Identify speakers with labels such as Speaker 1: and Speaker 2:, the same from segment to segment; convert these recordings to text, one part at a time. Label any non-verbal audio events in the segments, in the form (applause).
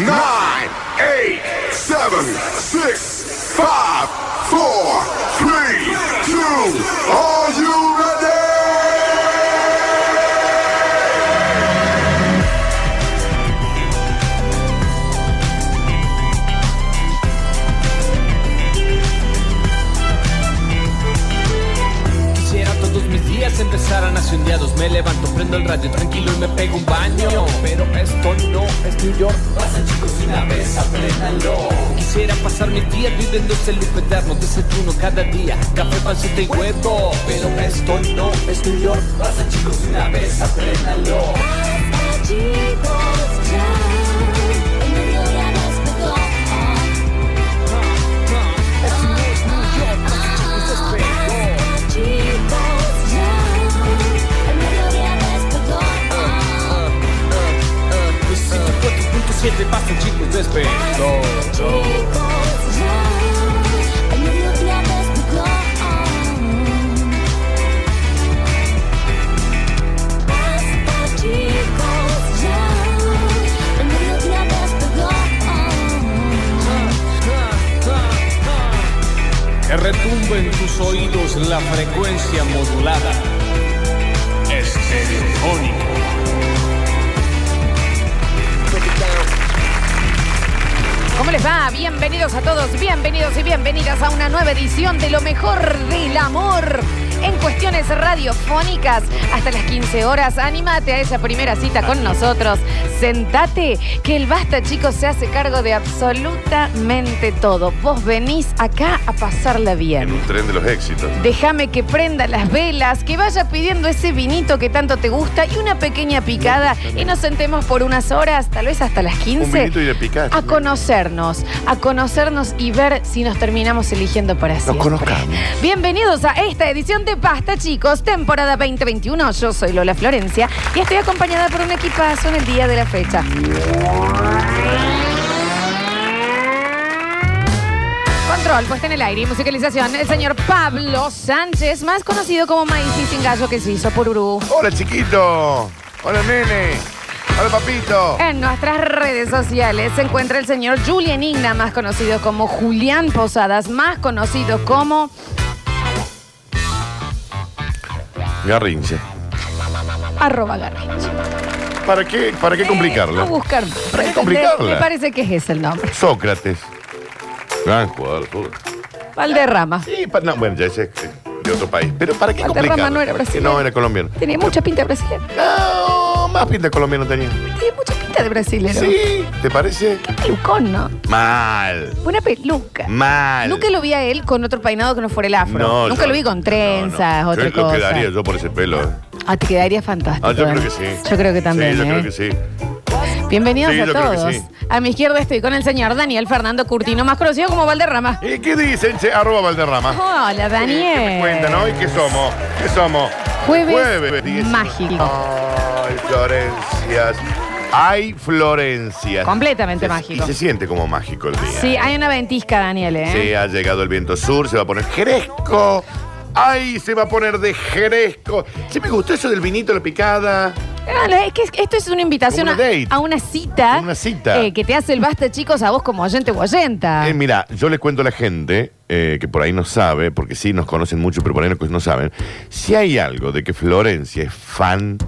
Speaker 1: nine, eight, seven, six, five, four, three, two. Are you ready?
Speaker 2: Quisiera todos mis días empezaran así un día dos Me levanto, prendo el radio tranquilo y me pego un baño Pero esto no es New York Pasa chicos una vez, apréndanlo Quisiera pasar mis días viviendo ese lujo eterno Desayuno cada día, café, pancita y huevo Pero esto no es New York Pasa chicos una vez, apréndanlo Los 104.7 pasan chicos despegó Que retumbe en tus oídos la frecuencia modulada. Estereofónico.
Speaker 3: ¿Cómo les va? Bienvenidos a todos, bienvenidos y bienvenidas a una nueva edición de Lo Mejor del Amor. En cuestiones radiofónicas, hasta las 15 horas, anímate a esa primera cita con nosotros. Sentate, que el Basta, chicos, se hace cargo de absolutamente todo. Vos venís acá a pasarla
Speaker 4: En
Speaker 3: bien.
Speaker 4: un tren de los éxitos.
Speaker 3: Déjame que prenda las velas, que vaya pidiendo ese vinito que tanto te gusta y una pequeña picada y nos sentemos por unas horas, tal vez hasta las 15.
Speaker 4: Un vinito y de picar.
Speaker 3: A conocernos, a conocernos y ver si nos terminamos eligiendo para
Speaker 4: Nos
Speaker 3: siempre.
Speaker 4: conozcamos.
Speaker 3: Bienvenidos a esta edición de Pasta, chicos, temporada 2021. Yo soy Lola Florencia y estoy acompañada por un equipazo en el día de la fecha. Control, puesta en el aire y musicalización, el señor Pablo Sánchez, más conocido como Maíz y Sin Gallo, que se hizo por Uru.
Speaker 4: Hola, chiquito. Hola, nene. Hola, papito.
Speaker 3: En nuestras redes sociales se encuentra el señor Julian Igna, más conocido como Julián Posadas, más conocido como
Speaker 4: Garrinche.
Speaker 3: arroba Garrincha.
Speaker 4: ¿Para qué, para qué
Speaker 3: No
Speaker 4: complicarlo?
Speaker 3: buscar.
Speaker 4: ¿Para qué complicarla?
Speaker 3: Me parece que es ese el nombre.
Speaker 4: Sócrates. Gran jugador. de fútbol.
Speaker 3: Valderrama.
Speaker 4: Sí, pa- no, bueno, ya es eh, de otro país. Pero ¿para qué
Speaker 3: Valderrama
Speaker 4: complicarlo?
Speaker 3: no era
Speaker 4: ¿Para qué?
Speaker 3: brasileño.
Speaker 4: No, era colombiano.
Speaker 3: Tenía mucha pinta de brasileño.
Speaker 4: No, más pinta colombiano tenía.
Speaker 3: Tenía mucha pinta de brasileño.
Speaker 4: Sí, ¿te parece?
Speaker 3: Qué pelucón, ¿no?
Speaker 4: Mal.
Speaker 3: Buena peluca.
Speaker 4: Mal.
Speaker 3: Nunca lo vi a él con otro peinado que no fuera el afro.
Speaker 4: No,
Speaker 3: Nunca
Speaker 4: yo-
Speaker 3: lo vi con
Speaker 4: no,
Speaker 3: trenzas,
Speaker 4: no.
Speaker 3: otra
Speaker 4: Yo Lo
Speaker 3: cosa.
Speaker 4: quedaría yo por ese pelo. eh.
Speaker 3: Ah, te quedaría fantástico.
Speaker 4: Ah, yo creo
Speaker 3: ¿eh?
Speaker 4: que sí.
Speaker 3: Yo creo que también.
Speaker 4: Sí, yo
Speaker 3: ¿eh?
Speaker 4: creo que sí.
Speaker 3: Bienvenidos
Speaker 4: Sí,
Speaker 3: a
Speaker 4: yo creo que
Speaker 3: todos.
Speaker 4: sí.
Speaker 3: A mi izquierda estoy con el señor Daniel Fernando Curtino, más conocido como Valderrama.
Speaker 4: ¿Y qué dicen? Che, arroba Valderrama.
Speaker 3: Hola, Daniel.
Speaker 4: ¿Qué me cuentan hoy? ¿Qué somos? ¿Qué somos?
Speaker 3: Jueves,
Speaker 4: diecinueve.
Speaker 3: mágico.
Speaker 4: Ay, Florencias. Hay Florencias.
Speaker 3: Completamente
Speaker 4: Se-
Speaker 3: mágico.
Speaker 4: Y se siente como mágico el día. ¿eh?
Speaker 3: Sí, hay una ventisca, Daniel, ¿eh?
Speaker 4: Sí, ha llegado el viento sur, se va a poner jerezco. Ay, se va a poner de jerezco. Sí, me gustó eso del vinito, la picada.
Speaker 3: Ah, Es que esto es una invitación
Speaker 4: Como una
Speaker 3: a-
Speaker 4: date.
Speaker 3: a, una cita.
Speaker 4: Una cita.
Speaker 3: eh, que te hace el basta, chicos, a vos como oyente o oyenta.
Speaker 4: Eh, mira, yo le cuento a la gente eh, que por ahí no sabe, porque sí nos conocen mucho, pero por ahí no, no saben. Si hay algo de que Florencia es fan,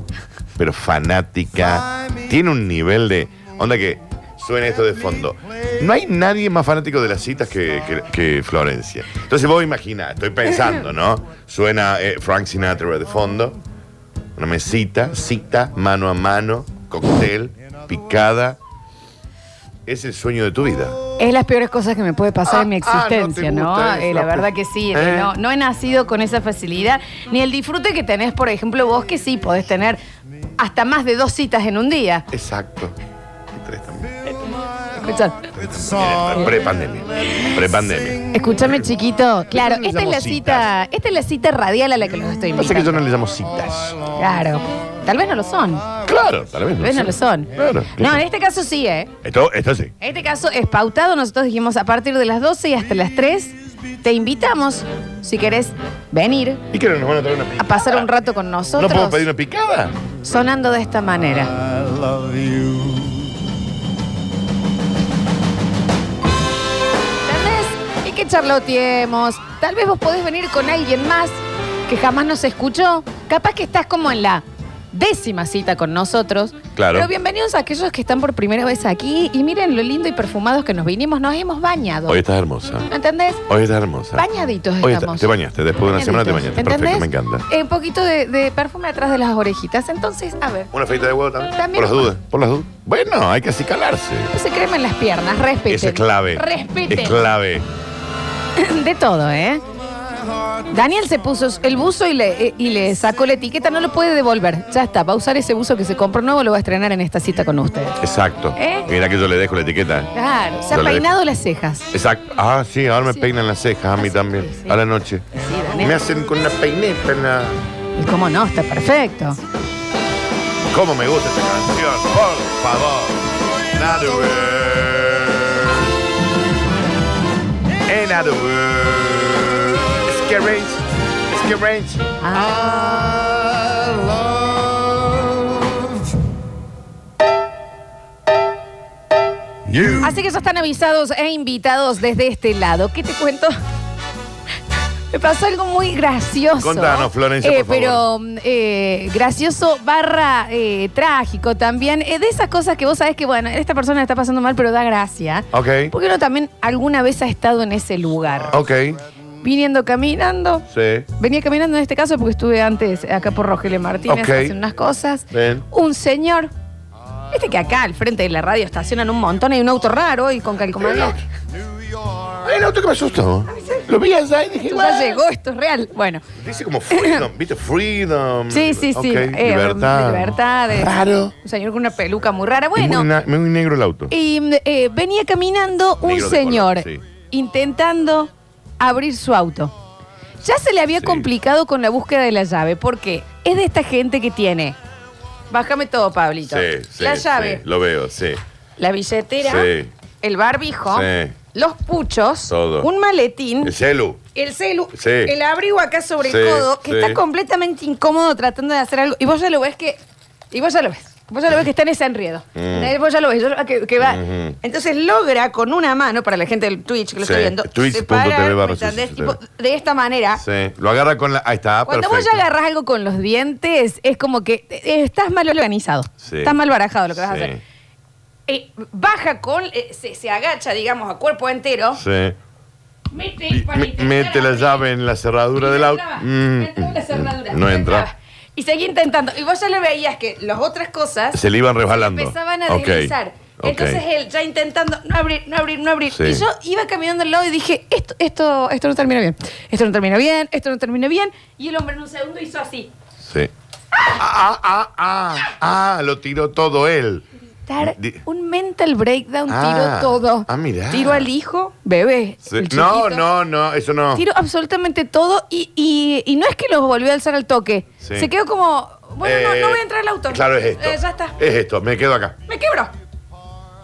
Speaker 4: pero fanática, tiene un nivel de. Onda que suena esto de fondo. No hay nadie más fanático de las citas que, que- que Florencia. Entonces vos imaginar, estoy pensando, ¿no? Suena eh, Frank Sinatra de fondo, una mesita, cita, mano a mano, cóctel, picada. Es el sueño de tu vida.
Speaker 3: Es las peores cosas que me puede pasar
Speaker 4: Ah,
Speaker 3: en mi
Speaker 4: ah, no te
Speaker 3: existencia, ¿no?
Speaker 4: gusta
Speaker 3: Eh,
Speaker 4: eso,
Speaker 3: la
Speaker 4: pues.
Speaker 3: verdad que sí. eh,
Speaker 4: Eh.
Speaker 3: No, no he nacido con esa facilidad, ni el disfrute que tenés, por ejemplo, vos que sí podés tener hasta más de dos citas en un día.
Speaker 4: Exacto. Y tres también.
Speaker 3: Escuchá.
Speaker 4: Miren, Pre-pandemia. Pre-pandemia.
Speaker 3: Escúchame, chiquito. Claro,
Speaker 4: no le
Speaker 3: esta es
Speaker 4: llamo
Speaker 3: la cita, esta es la cita radial a la que los estoy
Speaker 4: Pasa que yo
Speaker 3: invitando.
Speaker 4: no le llamo citas.
Speaker 3: Claro. Tal vez no lo son.
Speaker 4: Claro, tal vez
Speaker 3: Tal
Speaker 4: no.
Speaker 3: vez
Speaker 4: sé.
Speaker 3: no lo son.
Speaker 4: Claro.
Speaker 3: No,
Speaker 4: claro.
Speaker 3: en este caso sí, ¿eh?
Speaker 4: Esto, esto sí.
Speaker 3: En este caso es pautado. Nosotros dijimos a partir de las 12 y hasta las 3 te invitamos, si querés, venir
Speaker 4: ¿Y que no nos van a traer una
Speaker 3: a
Speaker 4: picada?
Speaker 3: pasar un rato con
Speaker 4: ¿No
Speaker 3: nosotros
Speaker 4: podemos pedir una picada?
Speaker 3: sonando de esta manera.
Speaker 5: I love you.
Speaker 3: charloteemos. Tal vez vos podés venir con alguien más que jamás nos escuchó. Capaz que estás como en la décima cita con nosotros.
Speaker 4: Claro.
Speaker 3: Pero bienvenidos a aquellos que están por primera vez aquí y miren lo lindo y perfumados que nos vinimos. Nos hemos bañado.
Speaker 4: Hoy estás hermosa.
Speaker 3: ¿No entendés?
Speaker 4: Hoy estás hermosa.
Speaker 3: Bañaditos
Speaker 4: Hoy está-
Speaker 3: estamos.
Speaker 4: te bañaste, después de una semana te
Speaker 3: Bañaditos.
Speaker 4: bañaste. Perfecto, me encanta.
Speaker 3: Eh, Un poquito de, de perfume atrás de las orejitas. Entonces, a ver,
Speaker 4: Una feita de huevo también.
Speaker 3: También.
Speaker 4: Por las dudas. Por las dudas. Bueno, hay que acicalarse.
Speaker 3: no se crema en las piernas, respeten.
Speaker 4: Eso es clave.
Speaker 3: Respeten.
Speaker 4: Es clave.
Speaker 3: (laughs) De todo, ¿eh? Daniel se puso el buzo y le, eh, y le sacó la etiqueta, no lo puede devolver. Ya está, va a usar ese buzo que se compró nuevo, lo va a estrenar en esta cita con ustedes.
Speaker 4: Exacto.
Speaker 3: ¿Eh?
Speaker 4: Mira que yo le dejo la etiqueta.
Speaker 3: Claro, se ha
Speaker 4: Yo le-
Speaker 3: peinado las cejas.
Speaker 4: Exacto. Ah, sí, ahora me
Speaker 3: Sí.
Speaker 4: peinan las cejas a mí
Speaker 3: Así
Speaker 4: también.
Speaker 3: que sí.
Speaker 4: A la noche.
Speaker 3: Sí, Daniel.
Speaker 4: Me hacen con una peineta en la.
Speaker 3: Y cómo no, está perfecto.
Speaker 4: ¿Cómo me gusta esta canción? Por favor. Another world. Another world. Eh, Es que range. Es que range.
Speaker 3: Ah, Así que ya están avisados e invitados desde este lado. ¿Qué te cuento? Me pasó algo muy gracioso.
Speaker 4: Contanos, Florencia,
Speaker 3: Eh,
Speaker 4: por
Speaker 3: Pero eh, gracioso barra eh, trágico también. Eh, de esas cosas que vos sabés que, bueno, esta persona la está pasando mal, pero da gracia.
Speaker 4: Ok.
Speaker 3: Porque uno también alguna vez ha estado en ese lugar.
Speaker 4: Ok.
Speaker 3: Viniendo caminando.
Speaker 4: Sí.
Speaker 3: Venía caminando en este caso porque estuve antes acá por Rogelio Martínez
Speaker 4: Ok.
Speaker 3: haciendo unas cosas.
Speaker 4: Ven.
Speaker 3: Un señor. Viste que acá al frente de la radio estacionan un montón, hay un auto raro y con calcomanía.
Speaker 4: Hay un auto que me asustó. Lo vi allá y dije,
Speaker 3: Tú ya
Speaker 4: "Guau".
Speaker 3: llegó, esto es real. Bueno,
Speaker 4: Dice como freedom, ¿viste? Freedom.
Speaker 3: sí, sí, sí.
Speaker 4: Ok,
Speaker 3: Eh,
Speaker 4: libertad.
Speaker 3: libertad, eh,
Speaker 4: Raro.
Speaker 3: Un señor con una peluca muy rara.
Speaker 4: Y
Speaker 3: Bueno,
Speaker 4: Muy, na- muy negro el auto.
Speaker 3: y mm, eh, venía caminando un
Speaker 4: Negro de
Speaker 3: señor
Speaker 4: color, sí.
Speaker 3: intentando abrir su auto. Ya se le había
Speaker 4: Sí.
Speaker 3: complicado con la búsqueda de la llave, porque es de esta gente que tiene. Bájame todo, Pablito.
Speaker 4: Sí, sí.
Speaker 3: la
Speaker 4: sí,
Speaker 3: llave,
Speaker 4: lo veo, sí.
Speaker 3: la billetera,
Speaker 4: Sí.
Speaker 3: el barbijo,
Speaker 4: Sí.
Speaker 3: los puchos,
Speaker 4: Todo.
Speaker 3: un maletín,
Speaker 4: El celu.
Speaker 3: el celu,
Speaker 4: Sí.
Speaker 3: el abrigo acá sobre
Speaker 4: Sí,
Speaker 3: el codo, que
Speaker 4: sí.
Speaker 3: está completamente incómodo tratando de hacer algo. Y vos ya lo ves que. Y vos ya lo ves. Vos ya lo ves que está en ese enriedo. Eh, Vos ya lo ves, yo- que, que va.
Speaker 4: Mm. Ujú.
Speaker 3: Entonces logra con una mano, para la gente del Twitch que lo
Speaker 4: Sí,
Speaker 3: está viendo,
Speaker 4: twitch.tv
Speaker 3: separar,
Speaker 4: barra
Speaker 3: ¿me entendés?
Speaker 4: sucio,
Speaker 3: Tipo, de esta manera.
Speaker 4: Sí. Lo agarra con la. Ahí está,
Speaker 3: Cuando
Speaker 4: perfecto.
Speaker 3: vos ya agarras algo con los dientes, es como que eh, estás mal organizado.
Speaker 4: Sí.
Speaker 3: Estás mal barajado lo que vas a
Speaker 4: Sí,
Speaker 3: hacer. Eh, baja con, eh, se, se agacha, digamos, a cuerpo entero.
Speaker 4: Sí.
Speaker 3: Mete,
Speaker 4: Y
Speaker 3: para
Speaker 4: me-
Speaker 3: intentar
Speaker 4: mete la
Speaker 3: abrir.
Speaker 4: llave en la cerradura del
Speaker 3: no
Speaker 4: auto.
Speaker 3: entraba,
Speaker 4: Mm,
Speaker 3: no entraba la cerradura,
Speaker 4: No
Speaker 3: entraba.
Speaker 4: entra.
Speaker 3: Y seguía intentando. Y vos ya le veías que las otras cosas
Speaker 4: Se le iban resbalando.
Speaker 3: empezaban a
Speaker 4: Ok,
Speaker 3: deslizar.
Speaker 4: ok.
Speaker 3: Entonces él ya intentando no abrir, no abrir, no abrir.
Speaker 4: Sí.
Speaker 3: Y yo iba caminando al lado y dije, esto, esto, esto no termina bien. Esto no termina bien, esto no termina bien. Y el hombre en un segundo hizo así.
Speaker 4: Sí. Ah, ah, ah, ah, ah, lo tiró todo él.
Speaker 3: Dar
Speaker 4: Di-
Speaker 3: un mental breakdown,
Speaker 4: Ah,
Speaker 3: tiró todo.
Speaker 4: ah, mirá.
Speaker 3: Tiro al hijo, bebé.
Speaker 4: Sí.
Speaker 3: el
Speaker 4: No,
Speaker 3: chiquito.
Speaker 4: no, no, eso no.
Speaker 3: Tiro absolutamente todo y, y- y no es que los volvió a alzar al toque.
Speaker 4: Sí.
Speaker 3: Se quedó como, bueno, no,
Speaker 4: Eh,
Speaker 3: no voy a entrar al auto.
Speaker 4: Claro, es esto.
Speaker 3: Eh, ya está.
Speaker 4: Es esto, me quedo acá.
Speaker 3: Me quebro.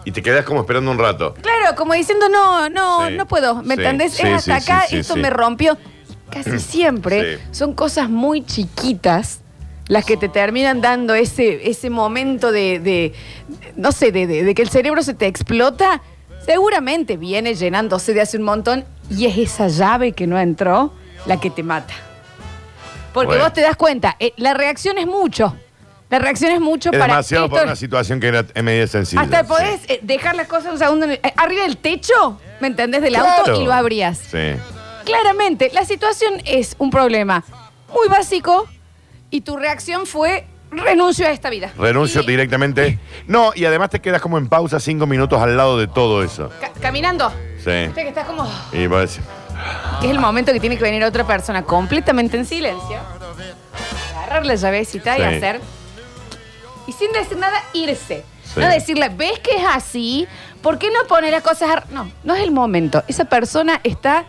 Speaker 4: Y te quedas como esperando un rato.
Speaker 3: Claro, como diciendo, no, no,
Speaker 4: Sí.
Speaker 3: no puedo. ¿Me
Speaker 4: Sí,
Speaker 3: entendés?
Speaker 4: sí,
Speaker 3: es hasta
Speaker 4: sí, sí,
Speaker 3: acá,
Speaker 4: sí,
Speaker 3: esto
Speaker 4: sí.
Speaker 3: me rompió.
Speaker 4: (clears throat)
Speaker 3: Casi siempre
Speaker 4: Sí.
Speaker 3: son cosas muy chiquitas las que te terminan dando ese, ese momento de, de- no sé, de, de- de que el cerebro se te explota. Seguramente viene llenándose de hace un montón y es esa llave que no entró la que te mata. Porque
Speaker 4: Bueno.
Speaker 3: vos te das cuenta, eh, la reacción es mucho. La reacción es mucho
Speaker 4: Es
Speaker 3: para
Speaker 4: demasiado
Speaker 3: esto
Speaker 4: por una situación que era en media sencilla.
Speaker 3: Hasta
Speaker 4: Sí.
Speaker 3: podés eh, dejar las cosas un segundo en el- eh, arriba del techo, ¿me entendés? Del
Speaker 4: Claro.
Speaker 3: auto y lo abrías.
Speaker 4: Sí.
Speaker 3: Claramente, la situación es un problema muy básico y tu reacción fue renuncio a esta vida.
Speaker 4: Renuncio
Speaker 3: Y-
Speaker 4: directamente. No, y además te quedas como en pausa cinco minutos al lado de todo eso.
Speaker 3: ca- caminando.
Speaker 4: Sí.
Speaker 3: Viste que estás como. "Oh",
Speaker 4: Y parece.
Speaker 3: que es el momento que tiene que venir otra persona completamente en silencio, agarrar la llavecita
Speaker 4: Sí.
Speaker 3: y hacer. Y sin decir nada, irse.
Speaker 4: Sí.
Speaker 3: No decirle, ¿ves que es así? ¿Por qué no pone las cosas? ar-?" No, no es el momento. Esa persona está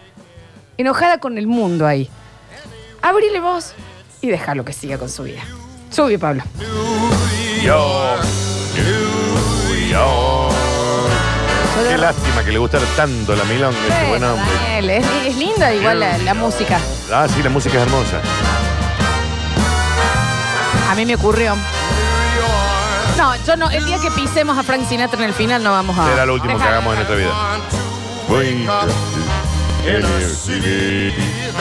Speaker 3: enojada con el mundo ahí. Abrile vos y déjalo que siga con su vida. Sube, Pablo.
Speaker 4: Yo. Yo. Qué lástima que le gustara tanto la milonga. Qué buen hombre.
Speaker 3: Daniel, es, es linda igual la- la música.
Speaker 4: Ah, sí, la música es hermosa.
Speaker 3: A mí me ocurrió. No, yo no. El día que pisemos a Ah. Frank Sinatra en el final no vamos a.
Speaker 4: Será lo último que
Speaker 3: Dejá.
Speaker 4: hagamos en nuestra vida. Voy. in a city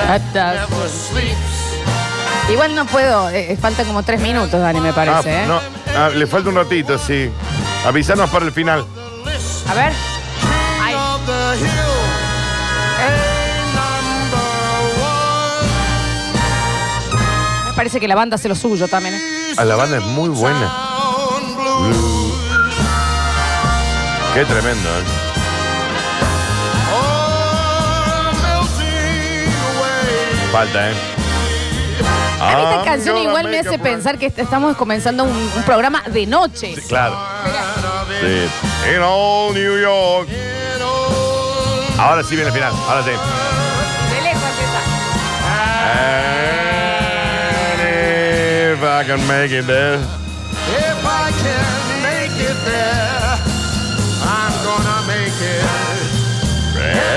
Speaker 3: Atas. Igual no puedo, eh, faltan como tres minutos, Dani, me parece.
Speaker 4: Ah,
Speaker 3: ¿eh?
Speaker 4: no, ah, le falta un ratito, sí. Avisanos para el final.
Speaker 3: A ver. Ay. Me parece que la banda hace lo suyo también. ¿eh?
Speaker 4: A la banda es muy buena. Blue. Qué tremendo, ¿eh? Falta, ¿eh? Ah.
Speaker 3: A mí esta
Speaker 4: I'm
Speaker 3: canción
Speaker 4: gonna
Speaker 3: igual me
Speaker 4: make
Speaker 3: hace
Speaker 4: a
Speaker 3: pensar que est- estamos comenzando un, un programa de noche.
Speaker 4: Sí, claro. Sí. In all New York. Ahora sí viene el final. Ahora sí.
Speaker 3: De lejos empieza.
Speaker 4: And if I can make it there.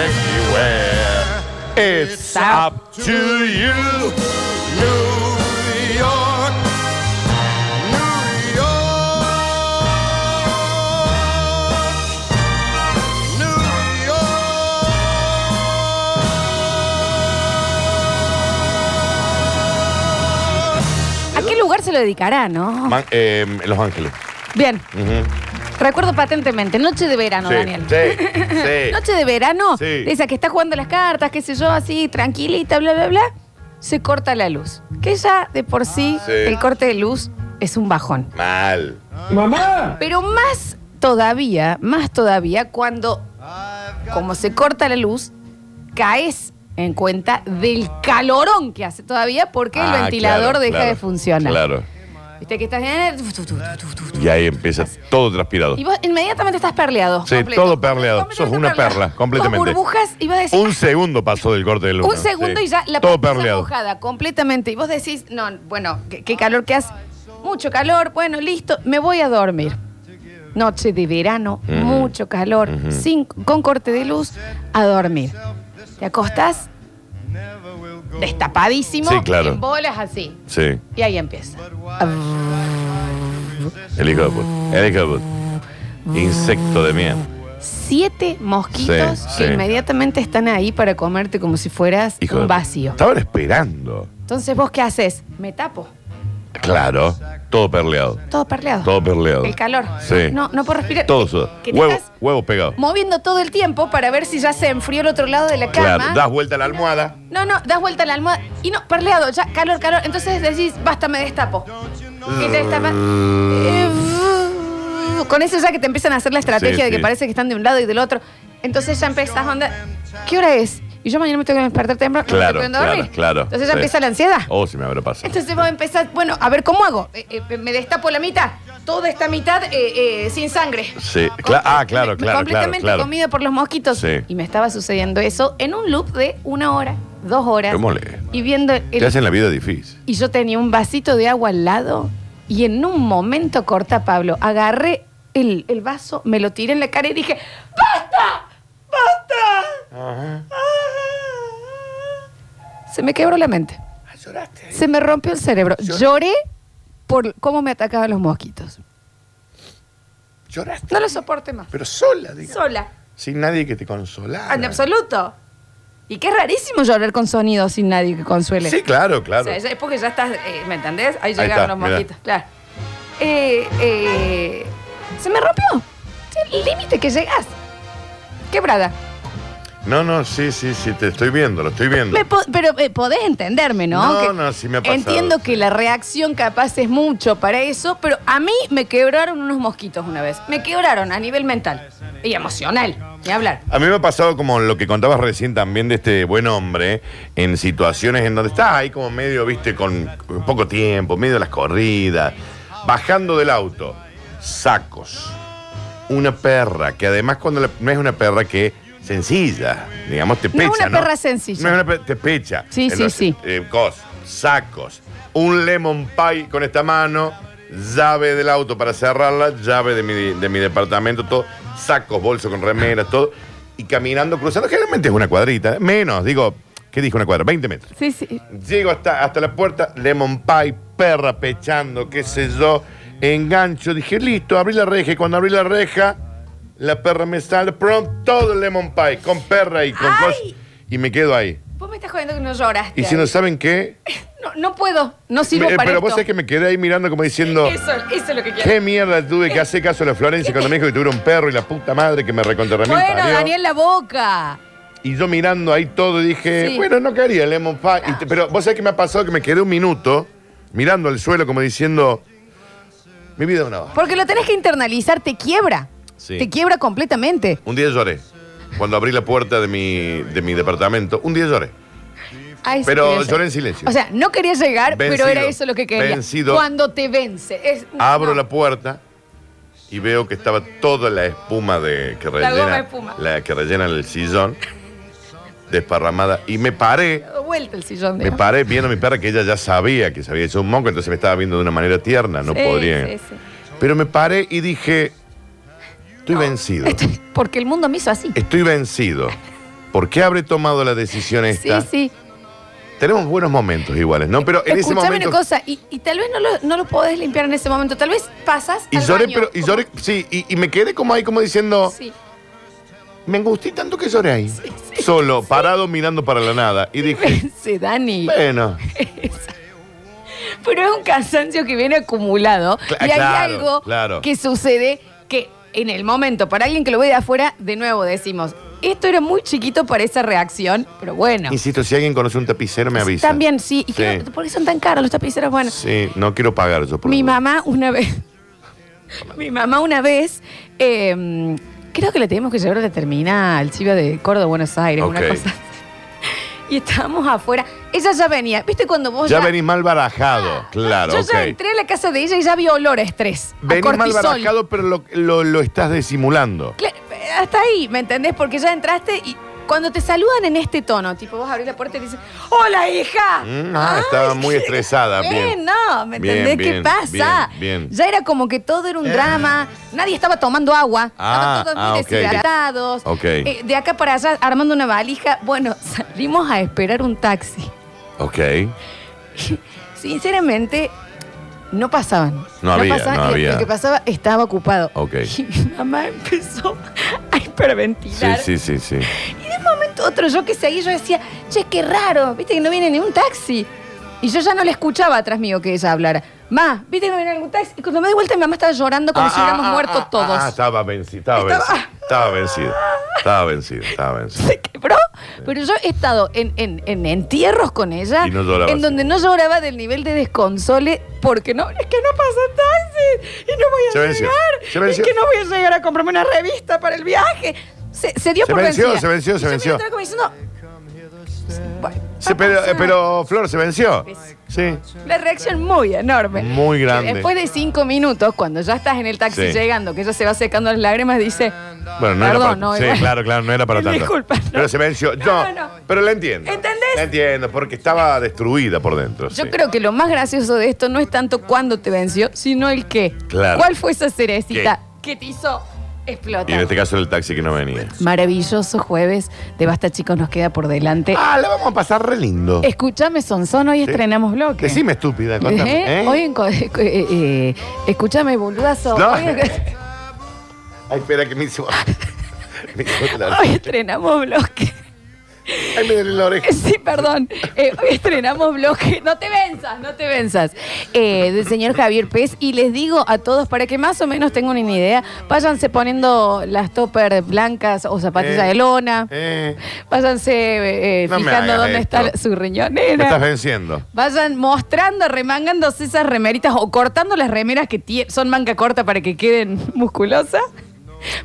Speaker 4: Anywhere. It's up to you.
Speaker 3: ¿A qué lugar se lo dedicará, no?
Speaker 4: Man- eh, Los Ángeles.
Speaker 3: Bien,
Speaker 4: Ujú.
Speaker 3: recuerdo patentemente, noche de verano,
Speaker 4: Sí,
Speaker 3: Daniel.
Speaker 4: sí,
Speaker 3: (laughs)
Speaker 4: sí.
Speaker 3: Noche de verano,
Speaker 4: Sí.
Speaker 3: de esa que está jugando las cartas, qué sé yo, así, tranquilita, bla, bla, bla, se corta la luz. Que ya de por sí,
Speaker 4: Ah, Sí.
Speaker 3: el corte de luz es un bajón.
Speaker 4: Mal.
Speaker 3: Pero más todavía, más todavía, cuando, como se corta la luz, caes en cuenta del calorón que hace todavía porque el
Speaker 4: Ah,
Speaker 3: ventilador
Speaker 4: claro,
Speaker 3: deja
Speaker 4: claro,
Speaker 3: de funcionar.
Speaker 4: Claro.
Speaker 3: Viste que estás...
Speaker 4: Y ahí empieza todo transpirado.
Speaker 3: Y vos inmediatamente estás perleado.
Speaker 4: Sí,
Speaker 3: completo.
Speaker 4: todo perleado.
Speaker 3: Completamente
Speaker 4: Sos una
Speaker 3: perleado.
Speaker 4: perla, completamente.
Speaker 3: Con burbujas y vas a decir,
Speaker 4: Un segundo pasó del corte del luna.
Speaker 3: Un segundo
Speaker 4: sí.
Speaker 3: y ya la
Speaker 4: Todo
Speaker 3: panza
Speaker 4: perleado.
Speaker 3: mojada completamente. Y vos decís, no, bueno, qué, qué calor que hace. Mucho calor, bueno, listo, me voy a dormir. Noche de verano, mucho calor, sin, con corte de luz, a dormir. Te acostás destapadísimo,
Speaker 4: Sí, claro.
Speaker 3: en bolas así.
Speaker 4: Sí.
Speaker 3: Y ahí empieza.
Speaker 4: El hijo de puta. El hijo de puta. Insecto de mierda.
Speaker 3: Siete mosquitos
Speaker 4: Sí,
Speaker 3: que
Speaker 4: sí.
Speaker 3: inmediatamente están ahí para comerte como si fueras
Speaker 4: Hijo de
Speaker 3: un
Speaker 4: puta.
Speaker 3: vacío.
Speaker 4: Estaban esperando.
Speaker 3: Entonces, ¿vos qué haces? Me tapo,
Speaker 4: Claro. Todo perleado.
Speaker 3: todo perleado.
Speaker 4: Todo perleado.
Speaker 3: El calor.
Speaker 4: Sí.
Speaker 3: No, no puedo respirar.
Speaker 4: Todo eso.
Speaker 3: Que te
Speaker 4: Huevos
Speaker 3: estás
Speaker 4: huevos pegados.
Speaker 3: moviendo todo el tiempo para ver si ya se enfrió el otro lado de la cama.
Speaker 4: Claro. Das vuelta a la almohada.
Speaker 3: No, no, das vuelta a la almohada y no, perleado, ya, calor, calor. Entonces decís, basta, me destapo. Y te destapas. Eh, con eso ya que te empiezan a hacer la estrategia
Speaker 4: Sí,
Speaker 3: de que
Speaker 4: sí.
Speaker 3: parece que están de un lado y del otro. Entonces ya empezás, onda, ¿qué hora es? Y yo mañana me tengo que despertar temprano. no me
Speaker 4: Claro,
Speaker 3: estoy pudiendo
Speaker 4: claro,
Speaker 3: dormir.
Speaker 4: claro.
Speaker 3: Entonces ya
Speaker 4: Sí.
Speaker 3: empieza la ansiedad.
Speaker 4: Oh, si me habrá pasado.
Speaker 3: Entonces vos empezás, bueno, a ver, ¿cómo hago? Eh, eh, me destapo la mitad, toda esta mitad eh, eh, sin sangre.
Speaker 4: Sí, cla- ah, claro,
Speaker 3: Me-
Speaker 4: claro,
Speaker 3: Completamente
Speaker 4: claro, claro.
Speaker 3: comida por los mosquitos.
Speaker 4: Sí.
Speaker 3: Y me estaba sucediendo eso en un loop de una hora, dos horas.
Speaker 4: Qué mole.
Speaker 3: Y viendo el-
Speaker 4: Te hacen la vida difícil.
Speaker 3: Y yo tenía un vasito de agua al lado y en un momento corta, Pablo, agarré el, el vaso, me lo tiré en la cara y dije, ¡basta! ¡Basta! Ah. Se me quebró la mente.
Speaker 4: Ah, eh.
Speaker 3: Se me rompió el cerebro. Lloré por cómo me atacaban los mosquitos.
Speaker 4: Lloraste.
Speaker 3: No lo soporte más.
Speaker 4: Pero sola, digo.
Speaker 3: Sola. Ah,
Speaker 4: Sin nadie que te consolara.
Speaker 3: En absoluto. Y que es rarísimo llorar con sonido sin nadie que consuele.
Speaker 4: Sí, claro,
Speaker 3: O
Speaker 4: claro.
Speaker 3: sea, ya- es porque ya estás, eh, ¿me entendés? Ahí
Speaker 4: Ahí
Speaker 3: llegaron
Speaker 4: está,
Speaker 3: los
Speaker 4: mirá.
Speaker 3: mosquitos, claro. Eh, eh, se me rompió. Es El límite que llegas. Quebrada.
Speaker 4: No, no, sí, sí, sí, te estoy viendo, lo estoy viendo.
Speaker 3: Me po- pero eh, podés entenderme, ¿no?
Speaker 4: No,
Speaker 3: Que
Speaker 4: no, sí me ha pasado,
Speaker 3: Entiendo
Speaker 4: sí.
Speaker 3: que la reacción capaz es mucho para eso, pero a mí me quebraron unos mosquitos una vez. Me quebraron a nivel mental y emocional. Ni hablar.
Speaker 4: A mí me ha pasado como lo que contabas recién también de este buen hombre, en situaciones en donde estás ahí como medio, viste, con con poco tiempo, medio de las corridas, bajando del auto, sacos, una perra, que además cuando la- no es una perra que sencilla, digamos, te
Speaker 3: No es
Speaker 4: pecha.
Speaker 3: una perra sencilla.
Speaker 4: No es una perra, te pecha.
Speaker 3: Sí, sí, sí.
Speaker 4: eh, cos, sacos, un lemon pie con esta mano, llave del auto para cerrarla, llave de mi, de mi departamento, todo, sacos, bolso con remeras, todo, y caminando, cruzando, generalmente es una cuadrita, ¿eh? menos, digo, ¿qué dijo una cuadra? 20 metros.
Speaker 3: Sí, sí.
Speaker 4: Llego hasta, hasta la puerta, lemon pie, perra pechando, qué sé yo, engancho, dije, listo, abrí la reja, y cuando abrí la reja, la perra me sale, pronto, todo el lemon pie, con perra y con
Speaker 3: ¡Ay!
Speaker 4: cosas. y me quedo ahí.
Speaker 3: Vos me estás jodiendo que no lloraste.
Speaker 4: Y si no
Speaker 3: (laughs)
Speaker 4: saben qué,
Speaker 3: no, no puedo, no sirvo
Speaker 4: me- eh,
Speaker 3: para
Speaker 4: pero
Speaker 3: esto.
Speaker 4: vos sabés que me quedé ahí mirando como diciendo,
Speaker 3: Eso, eso es lo que quiero.
Speaker 4: ¿qué mierda tuve que hacer caso a la Florencia cuando me dijo que tuviera un perro y la puta madre que me recontrarremí?
Speaker 3: Bueno, Daniel, la boca.
Speaker 4: Y yo mirando ahí todo dije,
Speaker 3: Sí.
Speaker 4: bueno, no quería Lemon Pie. Y te- pero vos sabés que me ha pasado que me quedé un minuto mirando al suelo como diciendo, mi vida es una baja.
Speaker 3: Porque lo tenés que internalizar, te quiebra.
Speaker 4: Sí.
Speaker 3: Te quiebra completamente.
Speaker 4: Un día lloré. Cuando abrí la puerta de mi, de mi departamento, un día lloré.
Speaker 3: A eso
Speaker 4: Pero
Speaker 3: quería llegar.
Speaker 4: lloré en silencio.
Speaker 3: O sea, no quería llegar,
Speaker 4: Vencido.
Speaker 3: pero era eso lo que quería.
Speaker 4: Vencido.
Speaker 3: Cuando te vence. Es-
Speaker 4: Abro
Speaker 3: no.
Speaker 4: la puerta y veo que estaba toda la espuma de que
Speaker 3: La
Speaker 4: rellena,
Speaker 3: goma de espuma.
Speaker 4: la que rellena el sillón desparramada y me paré,
Speaker 3: Da Vuelta el sillón de
Speaker 4: me paré viendo a mi perra que ella ya sabía que se había hecho un moco, entonces me estaba viendo de una manera tierna, no
Speaker 3: Sí,
Speaker 4: podría.
Speaker 3: sí, sí. (laughs)
Speaker 4: Pero me paré y dije, estoy vencido,
Speaker 3: Porque el mundo me hizo así.
Speaker 4: estoy vencido. ¿Por qué habré tomado la decisión
Speaker 3: Sí,
Speaker 4: esta?
Speaker 3: sí.
Speaker 4: Tenemos buenos momentos iguales, ¿no? Pero en ese
Speaker 3: Escuchame
Speaker 4: momento
Speaker 3: una cosa, y, y tal vez no lo, no lo podés limpiar en ese momento. Tal vez pasas.
Speaker 4: y
Speaker 3: al
Speaker 4: lloré,
Speaker 3: baño,
Speaker 4: pero y
Speaker 3: como-
Speaker 4: lloré, sí, y, y me quedé como ahí como diciendo,
Speaker 3: Sí. (laughs)
Speaker 4: Me angustié tanto que lloré ahí. Solo, parado, mirando para la nada. Y dije,
Speaker 3: Sí,
Speaker 4: (laughs)
Speaker 3: Dani.
Speaker 4: bueno,
Speaker 3: Pero es un cansancio que viene acumulado.
Speaker 4: Cla-
Speaker 3: y hay
Speaker 4: claro,
Speaker 3: algo
Speaker 4: claro.
Speaker 3: que sucede que en el momento, para alguien que lo ve de afuera, de nuevo decimos, esto era muy chiquito para esa reacción, pero bueno.
Speaker 4: insisto, si alguien conoce un tapicero, me avisa.
Speaker 3: Pues, También, sí. ¿Y
Speaker 4: Sí.
Speaker 3: qué- ¿Por qué son tan caros los tapiceros? Bueno,
Speaker 4: Sí, no quiero pagar yo por
Speaker 3: mi
Speaker 4: la-
Speaker 3: mamá una vez. (laughs) mi mamá una vez. eh, creo que le teníamos que llevar a la terminal, chiva de Córdoba, Buenos Aires,
Speaker 4: Ok.
Speaker 3: una cosa. así. Y estábamos afuera. Ella ya venía. ¿Viste cuando vos
Speaker 4: Ya venís mal barajado, claro,
Speaker 3: Ah, Yo
Speaker 4: ok.
Speaker 3: ya entré a la casa de ella y ya vi olor a estrés. a
Speaker 4: Venís mal
Speaker 3: cortisol.
Speaker 4: barajado, pero lo, lo- lo estás disimulando.
Speaker 3: Cla- Hasta ahí, ¿me entendés? Porque ya entraste y cuando te saludan en este tono, tipo vos abrís la puerta y te dicen, ¡Hola, hija!
Speaker 4: Mm, ah, estaba muy
Speaker 3: (laughs)
Speaker 4: estresada,
Speaker 3: Bien,
Speaker 4: Ah, bien.
Speaker 3: Eh, no, ¿me
Speaker 4: Bien,
Speaker 3: entendés? ¿Qué
Speaker 4: bien,
Speaker 3: pasa?
Speaker 4: bien, bien.
Speaker 3: Ya era como que todo era un drama, nadie estaba tomando agua,
Speaker 4: Ah,
Speaker 3: estaban todos
Speaker 4: ah,
Speaker 3: muy
Speaker 4: ok.
Speaker 3: deshidratados.
Speaker 4: Ok.
Speaker 3: Eh, de acá para allá armando una valija. Bueno, (laughs) salimos a esperar un taxi. (laughs)
Speaker 4: Ok.
Speaker 3: Sinceramente, no pasaban.
Speaker 4: No había,
Speaker 3: pasaban,
Speaker 4: no
Speaker 3: y
Speaker 4: había.
Speaker 3: El que pasaba estaba ocupado.
Speaker 4: Ok.
Speaker 3: (laughs) Y mi mamá empezó a
Speaker 4: Sí,
Speaker 3: hiperventilar.
Speaker 4: sí, sí, sí.
Speaker 3: Y de un momento a otro yo que seguí, yo decía, che, qué raro, viste que no viene ningún taxi. Y yo ya no la escuchaba atrás mío que ella hablara. Ma, viste que no viene ningún taxi. Y cuando me di vuelta, mi mamá estaba llorando como
Speaker 4: Ah,
Speaker 3: si hubiéramos
Speaker 4: ah,
Speaker 3: muerto
Speaker 4: ah,
Speaker 3: todos.
Speaker 4: Ah, estaba vencido, estaba vencido. Estaba vencido, estaba vencido, estaba vencido.
Speaker 3: (laughs) se quebró. Pero yo he estado en, en- en entierros con ella,
Speaker 4: Y no lloraba
Speaker 3: en
Speaker 4: así.
Speaker 3: donde no lloraba del nivel de desconsole, porque no, es que no pasa taxi, y no voy a
Speaker 4: Se venció,
Speaker 3: llegar,
Speaker 4: se venció.
Speaker 3: es que no voy a llegar a comprarme una revista para el viaje. Se, se dio
Speaker 4: Se
Speaker 3: por
Speaker 4: venció,
Speaker 3: vencida.
Speaker 4: se venció,
Speaker 3: Y
Speaker 4: se
Speaker 3: yo
Speaker 4: venció.
Speaker 3: mirando como diciendo, bueno,
Speaker 4: Sí,
Speaker 3: va a
Speaker 4: pero, eh,
Speaker 3: pasar.
Speaker 4: pero Flor se venció. Sí.
Speaker 3: La reacción muy enorme.
Speaker 4: Muy grande.
Speaker 3: Que Después de cinco minutos, cuando ya estás en el taxi
Speaker 4: Sí.
Speaker 3: llegando, que ella se va secando las lágrimas, dice,
Speaker 4: Bueno, no
Speaker 3: Perdón,
Speaker 4: era para
Speaker 3: no,
Speaker 4: Sí,
Speaker 3: igual.
Speaker 4: claro, claro, no era (laughs) para tanto.
Speaker 3: Disculpa, no.
Speaker 4: Pero se venció. No,
Speaker 3: No, no.
Speaker 4: pero la entiendo.
Speaker 3: ¿Entendés?
Speaker 4: La entiendo, porque estaba destruida por dentro.
Speaker 3: Yo
Speaker 4: sí.
Speaker 3: creo que lo más gracioso de esto no es tanto cuándo te venció, sino el qué.
Speaker 4: Claro.
Speaker 3: ¿Cuál fue esa cerecita que te hizo
Speaker 4: Y en
Speaker 3: explotar?
Speaker 4: este caso el taxi que no venía.
Speaker 3: Maravilloso jueves de Basta Chicos nos queda por delante.
Speaker 4: Ah, la vamos a pasar re lindo.
Speaker 3: Escuchame, Sonson, hoy estrenamos bloque.
Speaker 4: Decime, estúpida,
Speaker 3: ¿Eh?
Speaker 4: contame. ¿eh?
Speaker 3: Hoy en co- (laughs) eh, eh, eh, escúchame, boludazo.
Speaker 4: No.
Speaker 3: Hoy,
Speaker 4: (laughs)
Speaker 3: (laughs) en-
Speaker 4: Ay, espera, que me hizo. (laughs) me hizo la-
Speaker 3: hoy estrenamos bloque.
Speaker 4: Ay, me duele la oreja.
Speaker 3: (laughs) Sí, perdón. Eh, hoy estrenamos bloque. No te venzas, no te venzas. Eh, del señor Javier Pez. Y les digo a todos, para que más o menos tengan una idea, váyanse poniendo las toppers blancas o zapatillas
Speaker 4: Eh.
Speaker 3: de lona.
Speaker 4: Eh,
Speaker 3: Váyanse eh, eh,
Speaker 4: No me
Speaker 3: fijando
Speaker 4: hagas
Speaker 3: dónde
Speaker 4: esto.
Speaker 3: está la- su
Speaker 4: me estás
Speaker 3: riñonera.
Speaker 4: venciendo.
Speaker 3: Vayan mostrando, remangándose esas remeritas o cortando las remeras que tie- son manga corta para que queden musculosas.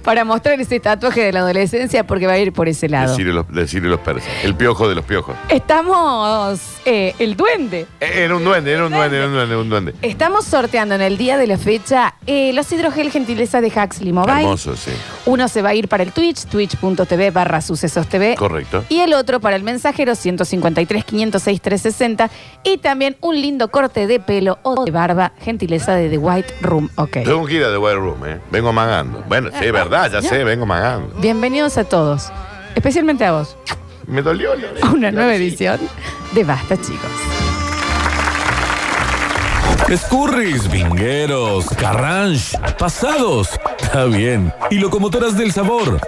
Speaker 3: Para mostrar ese tatuaje de la adolescencia porque va a ir por ese lado.
Speaker 4: Decirle los, decirle los persas. El piojo de los piojos.
Speaker 3: Estamos eh, el duende.
Speaker 4: Eh, Era un duende, era un duende, era un duende, era un duende.
Speaker 3: Estamos sorteando en el día de la fecha eh, los hidrogel gentileza de Huxley Mobile.
Speaker 4: Hermoso, sí.
Speaker 3: Uno se va a ir para el Twitch, twitch.tv barra sucesos TV.
Speaker 4: Correcto.
Speaker 3: Y el otro para el mensajero 153 506 360. Y también un lindo corte de pelo o de barba, gentileza de The White Room. Ok.
Speaker 4: Tengo que ir a The White Room, ¿eh? Vengo magando. Bueno, sí, es verdad, ya sé, vengo magando.
Speaker 3: Bienvenidos a todos, especialmente a vos,
Speaker 4: Me dolió la oreja.
Speaker 3: a una nueva edición de Basta, chicos.
Speaker 5: Escurris, vingueros, carranche, pasados, está bien, y locomotoras del sabor.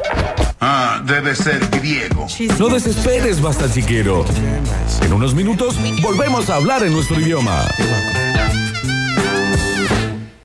Speaker 1: Ah, debe ser griego.
Speaker 5: No desesperes, basta chiquero. En unos minutos volvemos a hablar en nuestro idioma.